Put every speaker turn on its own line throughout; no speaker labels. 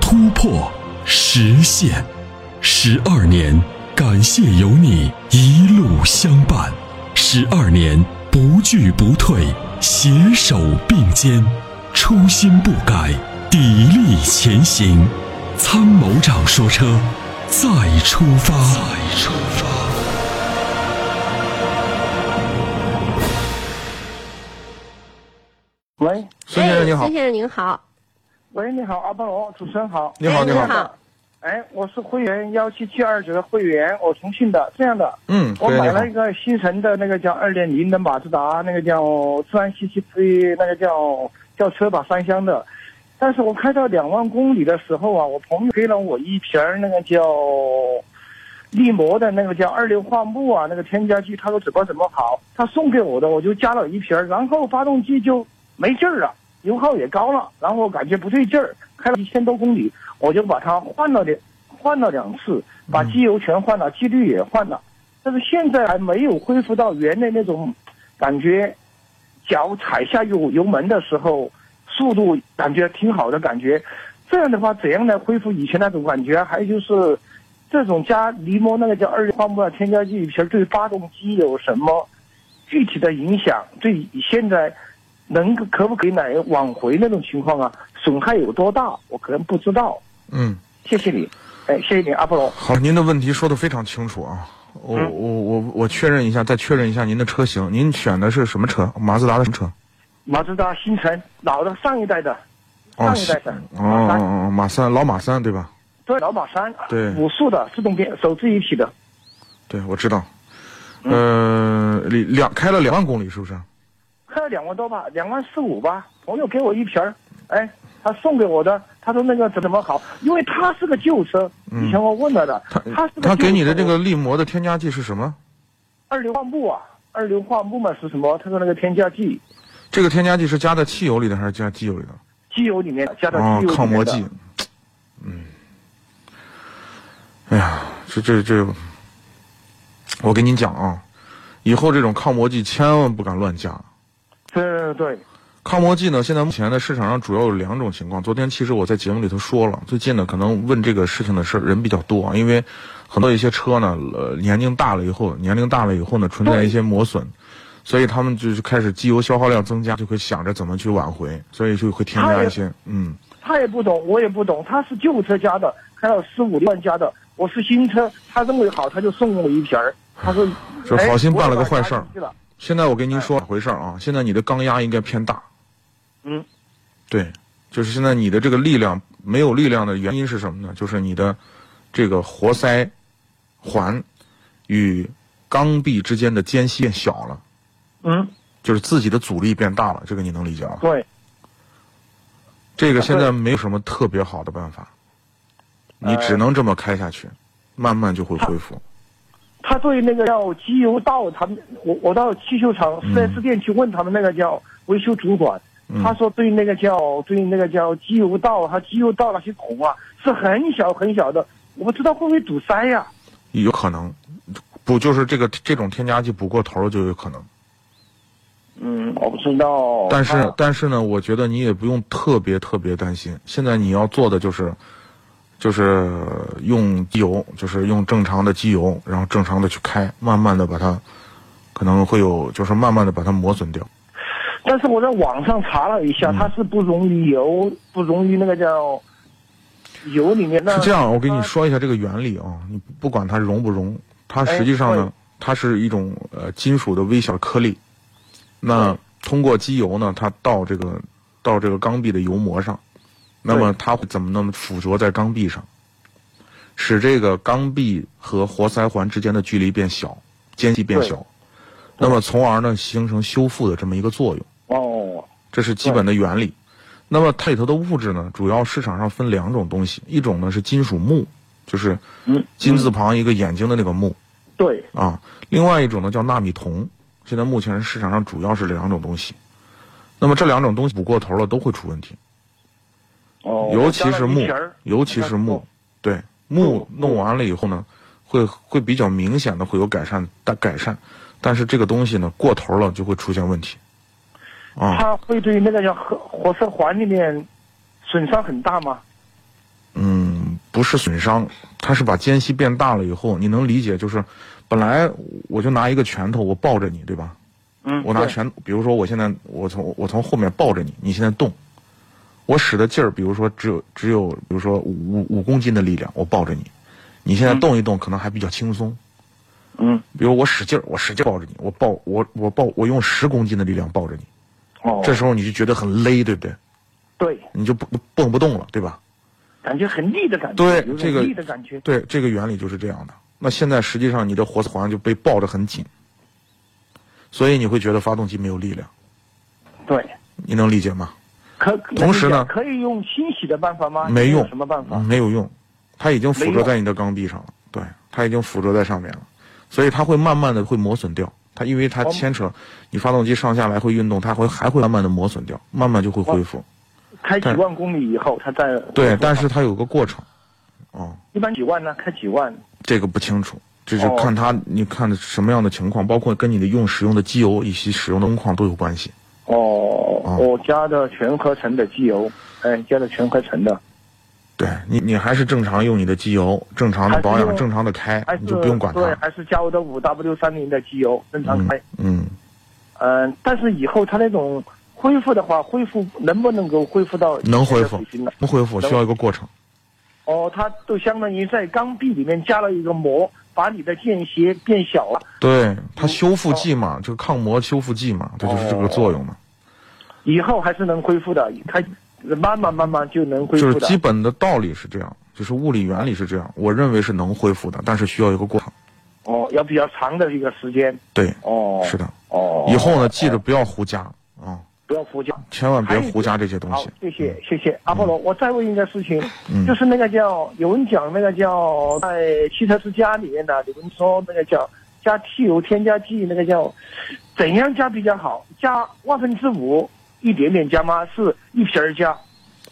突破、实现，十二年，感谢有你一路相伴，十二年不惧不退，携手并肩，初心不改，砥砺前行。”参谋长说：“车，再出发。”再出发。
喂，
孙先生您好
哎孙先生您好，
喂，你好，阿波罗，主持人好。
你好，
哎
你
您
好，
好，
哎，我是会员幺七七二九的会员，我重庆的。这样的，
嗯，
我
对，
买
你好
了一，个新城的那个叫二点零的马自达，那个叫自然吸气飞，那个叫轿车吧，三厢的。但是我开到两万公里的时候啊，我朋友给了我一瓶儿那个叫力摩的那个叫二硫化钼啊，那个添加剂，他说怎么怎么好，他送给我的，我就加了一瓶儿，然后发动机就没劲儿了，油耗也高了，然后我感觉不对劲儿，开了一千多公里，我就把它换了两换了两次，把机油全换了，机滤也换了，但是现在还没有恢复到原来那种感觉，脚踩下油油门的时候，速度感觉挺好的感觉。这样的话，怎样来恢复以前那种感觉？啊还有就是，这种加尼摩那个叫二氧化钼啊添加剂，其实对发动机有什么具体的影响？对现在能够可不可以来挽回那种情况啊？损害有多大？我可能不知道。
嗯，
谢谢你，哎，谢谢你，阿波罗。
好，您的问题说的非常清楚啊，我
嗯
我我我确认一下，再确认一下您的车型，您选的是什么车？马自达的什么车？
马自达新城老的上一代的，
哦，
上一代的
哦
马三
哦哦，马三，老马三对吧？
对，老马三，
对
五速的自动变手自一体的，
对，我知道。
嗯
呃，里两开了两万公里是不啊是？
开了两万多吧，两万四五吧。朋友给我一瓶儿，哎，他送给我的，他说那个怎么好，因为他是个旧车，以前我问了的，
嗯他
他是个
他给你的
旧车
这个力摩的添加剂是什么？
二硫化钼啊，二硫化钼嘛是什么？他说那个添加剂，
这个添加剂是加在汽油里的还是加机油里的？
机油里面加到机油
哦
里面，的
抗磨剂。嗯，哎呀，这这这，我跟您讲啊，以后这种抗磨剂千万不敢乱加。
对对对，
抗磨剂呢，现在目前的市场上主要有两种情况。昨天其实我在节目里头说了，最近呢可能问这个事情的事儿人比较多啊，因为很多一些车呢，呃，年龄大了以后，年龄大了以后呢，存在一些磨损，所以他们就是开始机油消耗量增加，就会想着怎么去挽回，所以就会添加一些，嗯，
他也不懂，我也不懂，他是旧车加的，开了十五万加的，我是新车，他认为好，他就送我一瓶儿，他说
这
哎
好心
我也
办了个
把它
坏
加
事儿
进去了
现在我
哎
跟您说回事儿啊，现在你的缸压应该偏大。
嗯。
对，就是现在你的这个力量没有力量的原因是什么呢？就是你的这个活塞环与缸壁之间的间隙变小了，
嗯，
就是自己的阻力变大了，这个你能理解吧？
对。
这个现在没有什么特别好的办法，你
哎
只能这么开下去，慢慢就会恢复。
他对那个叫机油道，他们我我到汽修厂四 S 店去问他们那个叫维修主管，
嗯
他说对那个叫对那个叫机油道，他机油道那些孔啊是很小很小的，我不知道会不会堵塞呀、
有可能，不就是这个这种添加剂补过头儿就有可能。
嗯，我不知道。
但是
啊
但是呢，我觉得你也不用特别特别担心。现在你要做的就是，就是用机油，就是用正常的机油，然后正常的去开，慢慢的把它，可能会有，就是慢慢的把它磨损掉。
但是我在网上查了一下，
嗯
它是不溶于油，不溶于那个叫油里面的。
是这样，我给
啊
你说一下这个原理啊，你不管它溶不溶，它实际上
哎
呢
对，
它是一种呃金属的微小颗粒。那通过机油呢，它到这个到这个缸壁的油膜上，那么它会怎么那么附着在缸壁上，使这个缸壁和活塞环之间的距离变小，间隙变
对
小，那么从而呢形成修复的这么一个作用。
哦，
这是基本的原理。那么它里头的物质呢，主要市场上分两种东西，一种呢是金属钼，就是
嗯
金字旁一个眼睛的那个钼
对，
啊；另外一种呢叫纳米铜。现在目前市场上主要是两种东西，那么这两种东西补过头了都会出问题，
哦，
尤其是
木
钼，尤其是钼，对钼弄完了以后呢，会会比较明显的会有改善，但改善，但是这个东西呢过头了就会出现问题，啊。
它会对那个叫火火车环里面损伤很大吗？
嗯，不是损伤，它是把间隙变大了以后，你能理解就是，本来我就拿一个拳头，我抱着你，对吧？
嗯，
我拿
对
拳，比如说我现在我从我从后面抱着你，你现在动，我使的劲儿，比如说只有只有比如说五五五公斤的力量，我抱着你，你现在
嗯
动一动可能还比较轻松。
嗯，
比如我使劲儿，我使劲儿抱着你，我抱我我抱我用十公斤的力量抱着你，
哦，
这时候你就觉得很勒，对不对？
对，
你就不蹦不动了，对吧？
感觉很力的感觉，
对
有种
这个
力的感觉，
对，这个原理就是这样的。那现在实际上你的活环就被抱得很紧，所以你会觉得发动机没有力量，
对。
你能理解吗？
可
同时呢
可以用清洗的办法吗？
没用
啊有什么办法？
没有用，它已经附
没
着
用
在你的钢壁上了，对，它已经附着在上面了，所以它会慢慢的会磨损掉。它因为它
哦
牵扯你发动机上下来回运动，它会还会慢慢的磨损掉，慢慢就会
哦
恢复。
开几
对
万公里以后，它再
对，但是它有个过程，哦，
一般几万呢？开几万？
这个不清楚，这就
哦
看它你看的什么样的情况，包括跟你的用使用的机油以及使用的工况都有关系。
哦，
哦
我加的全合成的机油，哎，加的全合成的，
对你，你还是正常用你的机油，正常的保
还是
养，
用
正常的开
还，是
你就不用管
对，
它。
还是加我的五 W 三零的机油正常
嗯
开。
嗯，
嗯、但是以后它那种恢复的话，恢复能不能够恢复到
能恢
以
复
前的水平呢？，
能恢复
能
需要一个过程。
哦，它就相当于在钢壁里面加了一个膜，把你的间歇变小了。
对
嗯
它修复
哦
剂嘛，这个抗磨修复剂嘛，它就是这个作用嘛，
以后还是能恢复的，开慢慢慢慢就能恢
就
复
是
的。
基本的道理是这样，就是物理原理是这样，我认为是能恢复的，但是需要一个过程。
哦，要比较长的一个时间。
对，
哦，
是的。
哦，
以后呢，记着不要胡加啊，
不要胡加。
千万别胡加这些东
好
西，。
谢谢谢谢阿波罗。我再问一个事情，
嗯
就是那个叫有人讲那个叫在汽车之家里面的，有人说那个叫加汽油添加剂，那个叫怎样加比较好？加万分之五，一点点加吗？是一瓶儿加？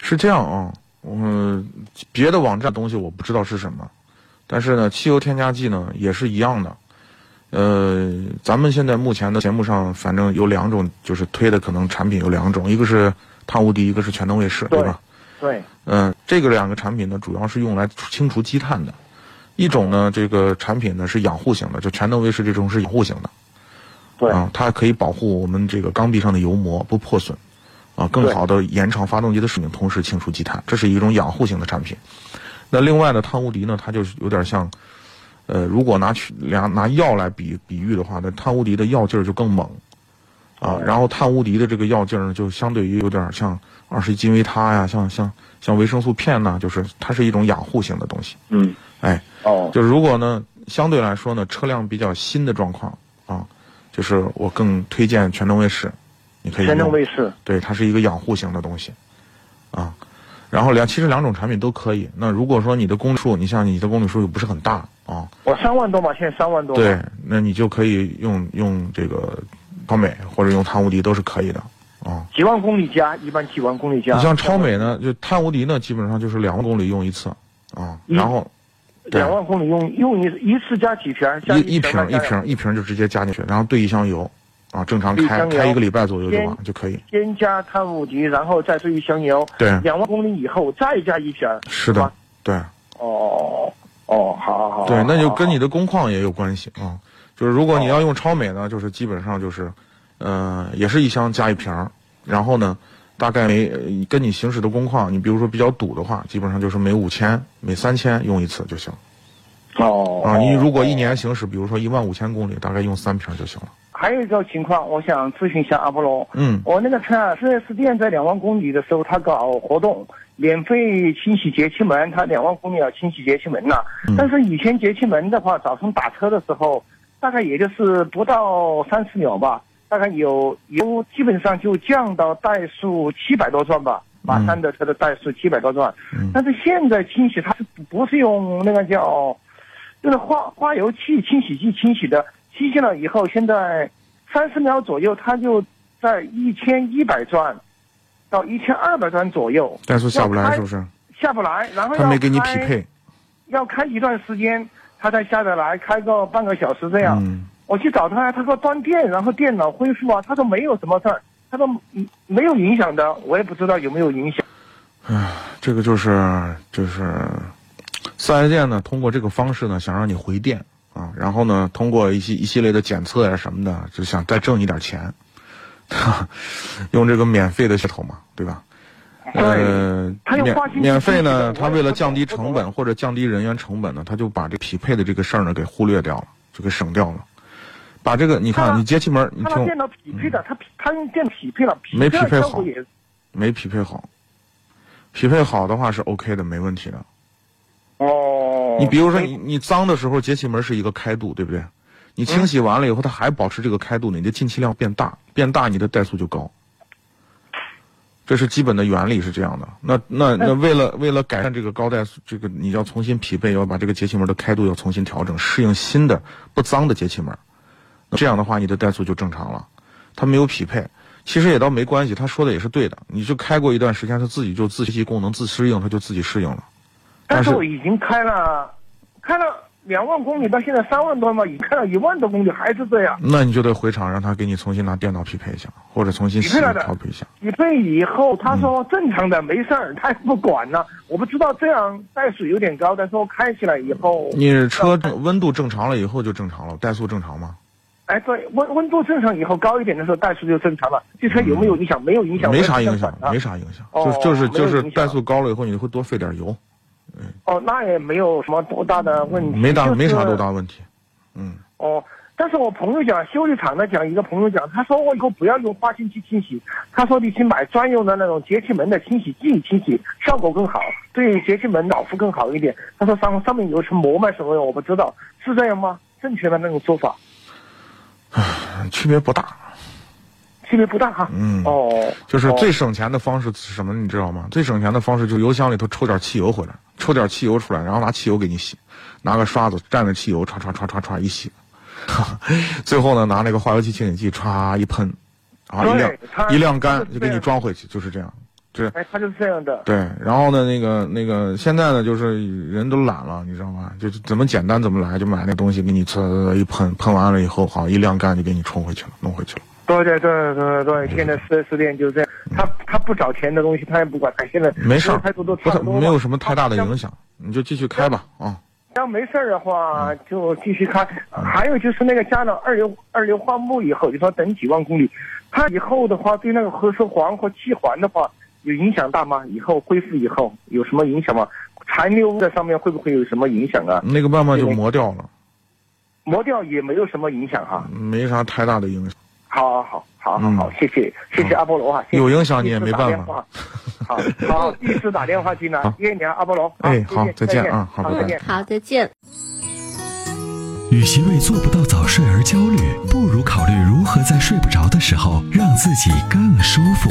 是这样啊，嗯，别的网站东西我不知道是什么，但是呢，汽油添加剂呢也是一样的。呃，咱们现在目前的节目上，反正有两种，就是推的可能产品有两种，一个是碳无敌，一个是全能卫士，对
对
吧？
对，
嗯，这个两个产品呢，主要是用来清除积碳的。一种呢，这个产品呢是养护型的，就全能卫士这种是养护型的，
对，
啊，它可以保护我们这个钢壁上的油膜不破损，啊，更
对
好的延长发动机的寿命，同时清除积碳，这是一种养护型的产品。那另外呢，碳无敌呢，它就是有点像，呃，如果拿去拿拿药来比比喻的话，那碳无敌的药劲儿就更猛，啊
哦，
然后碳无敌的这个药劲儿呢，就相对于有点像二十一金维他呀，啊像像像维生素片呐、就是它是一种养护型的东西。
嗯，
哎，
哦，
就是如果呢，相对来说呢，车辆比较新的状况啊，就是我更推荐全能卫士，你可以
全能
用
卫士。
对，它是一个养护型的东西，啊，然后两其实两种产品都可以。那如果说你的公里数，你像你的公里数又不是很大啊，
我三万多嘛，现在三万多。
对，那你就可以用用这个超美或者用碳无敌都是可以的啊。
几万公里加，一般几万公里加。
你像超美呢，就碳无敌呢，基本上就是两万公里用一次啊，
嗯
然后对
两万公里用用一一次加几瓶儿？加
一一
瓶儿
瓶一
加两
瓶一瓶就直接加进去，然后兑一箱油，啊，正常
兑一箱
开
油
开一个礼拜左右就
先
完就可以。
先加碳五级，然后再兑一箱油。
对
两万公里以后再加一瓶儿。
是的
吧，
对
哦哦，哦好好好。
对，那就跟你
的
的工况也有关系啊。就是如果你要用超美呢，就是基本上就是，呃，也是一箱加一瓶儿，然后呢，大概每呃跟你行驶的工况，你比如说比较堵的话，基本上就是每五千、每三千用一次就行
哦
啊。你如果一。
哦
年行驶，比如说一万五千公里，大概用三瓶就行了。
还有一个情况，我想咨询一下阿波罗。
嗯，
我那个车啊4 S 店在两万公里的时候，他搞活动，免费清洗节气门，他两万公里要清洗节气门呐、但是以前节气门的话，早晨打车的时候，大概也就是不到三十秒吧，大概有油基本上就降到怠速七百多转吧。马三的车的代数七百多转，但是现在清洗它是不不是用那个叫，就是花花油器清洗剂清洗的，清洗了以后，现在三十秒左右它就在一千一百转到一千二百转左右，
怠速下不来是不
是？
是？
下不来，然后
他
要
没给你匹
开
配，
要开一段时间，他才下得来，开个半个小时这样。
嗯
我去找他，他说断电，然后电脑恢复啊，他说没有什么事儿，他说嗯没有影响的，我也不知道有没有影响。
这个就是就是四 S 店呢，通过这个方式呢，想让你回电啊，然后呢，通过一系一系列的检测呀、什么的，就想再挣一点钱， 用这个免费的系统嘛，对吧？
对
呃，
他又
免
花心思
免费呢，
去
他为了降低
我懂
成本或者降低人员成本呢，他就把这匹配的这个事儿呢给忽略掉了，就给省掉了。把这个你
他
看，你接气门儿，你
他拿
听嗯
电脑匹配的，他匹他用电匹配了，
没匹配好
的效果也
没匹配好，匹配好的话是 OK 的，没问题的。
哦。
你比如说
没
你你脏的时候节气门是一个开度，对不对？你清洗完了以后，它还保持这个开度呢，你的进气量变大，变大你的怠速就高。这是基本的原理是这样的。那那那为了为了改善这个高怠速，这个你要重新匹配，要把这个节气门的开度要重新调整，适应新的不脏的节气门。那这样的话，你的怠速就正常了。它没有匹配，其实也倒没关系，他说的也是对的。你就开过一段时间，它自己就自吸功能自适应，它就自己适应了。
但是
但是
我已经开了，开了两万公里，到现在三万多嘛，已经开了一万多公里，还是这样。
那你就得回厂让他给你重新拿电脑匹配一下，或者重新系统调配一下。
匹配以后，他说正常的，没事儿，他也不管了。我不知道这样代数有点高，但是我开起来以后，
你车温度正常了以后就正
嗯
常了，怠速正常吗？
哎，对，温温度正常以后高一点的时候，代数就正常了。这车有没有影响？没有影响，
没啥
我也
影响
不想管，它
没啥影响，
哦
就就是
没有
就是
影响
怠速高了以后你会多费点油，
哦，那也没有什么多大的问题，
没大
就是
没啥多大问题。嗯，
哦。但是我朋友讲，修理厂的讲，一个朋友讲，他说我以后不要用花清器清洗，他说你去买专用的那种节气门的清洗剂清洗，效果更好，对节气门老妇更好一点。他说上上面有层膜嘛什么的，我不知道是这样吗？正确的那种说法
区别不大。
区别不大哈。
嗯
哦，
就是
哦
最省钱的方式是什么？你知道吗？最省钱的方式就是油箱里头抽点汽油回来，抽点汽油出来，然后拿汽油给你洗，拿个刷子蘸着汽油，唰唰唰唰唰一洗， 最后呢拿那个化油器清洗剂唰一喷，啊
对
一晾
它
一晾干
它
就是
这样
给你装回去，就是这样。对
哎，他就是这样的。
对，然后呢那个那个现在呢就是人都懒了，你知道吗？就是怎么简单怎么来，就买那东西给你呲一喷，喷完了以后好一晾干就给你冲回去了，弄回去了。
对对对对对，现在四 S 店就是这样，他他不找钱的东西他也不管，他现在
没事儿，
态度都差
不太
不多嘛，
没有什么太大的
像
影响，你就继续开吧啊。
要没事儿的话，就继续开。还有就是那个加了二硫二硫化钼以后，就说等几万公里，它以后的话对那个合成环和气环的话有影响大吗？以后恢复以后有什么影响吗？残留物在上面会不会有什么影响啊？
那个慢慢就磨掉了，
磨掉也没有什么影响哈、
没啥太大的影响。
好好好好好，谢谢谢谢阿波罗啊，谢谢
嗯有影响你也没办法
第一次打电话。啊好好， 第一次打电话进来
好，
谢谢你啊，阿波罗。
哎好
谢谢
再见啊好
好
拜拜
再
嗯
见，。
好，再见。
与其为做不到早睡而焦虑，不如考虑如何在睡不着的时候让自己更舒服。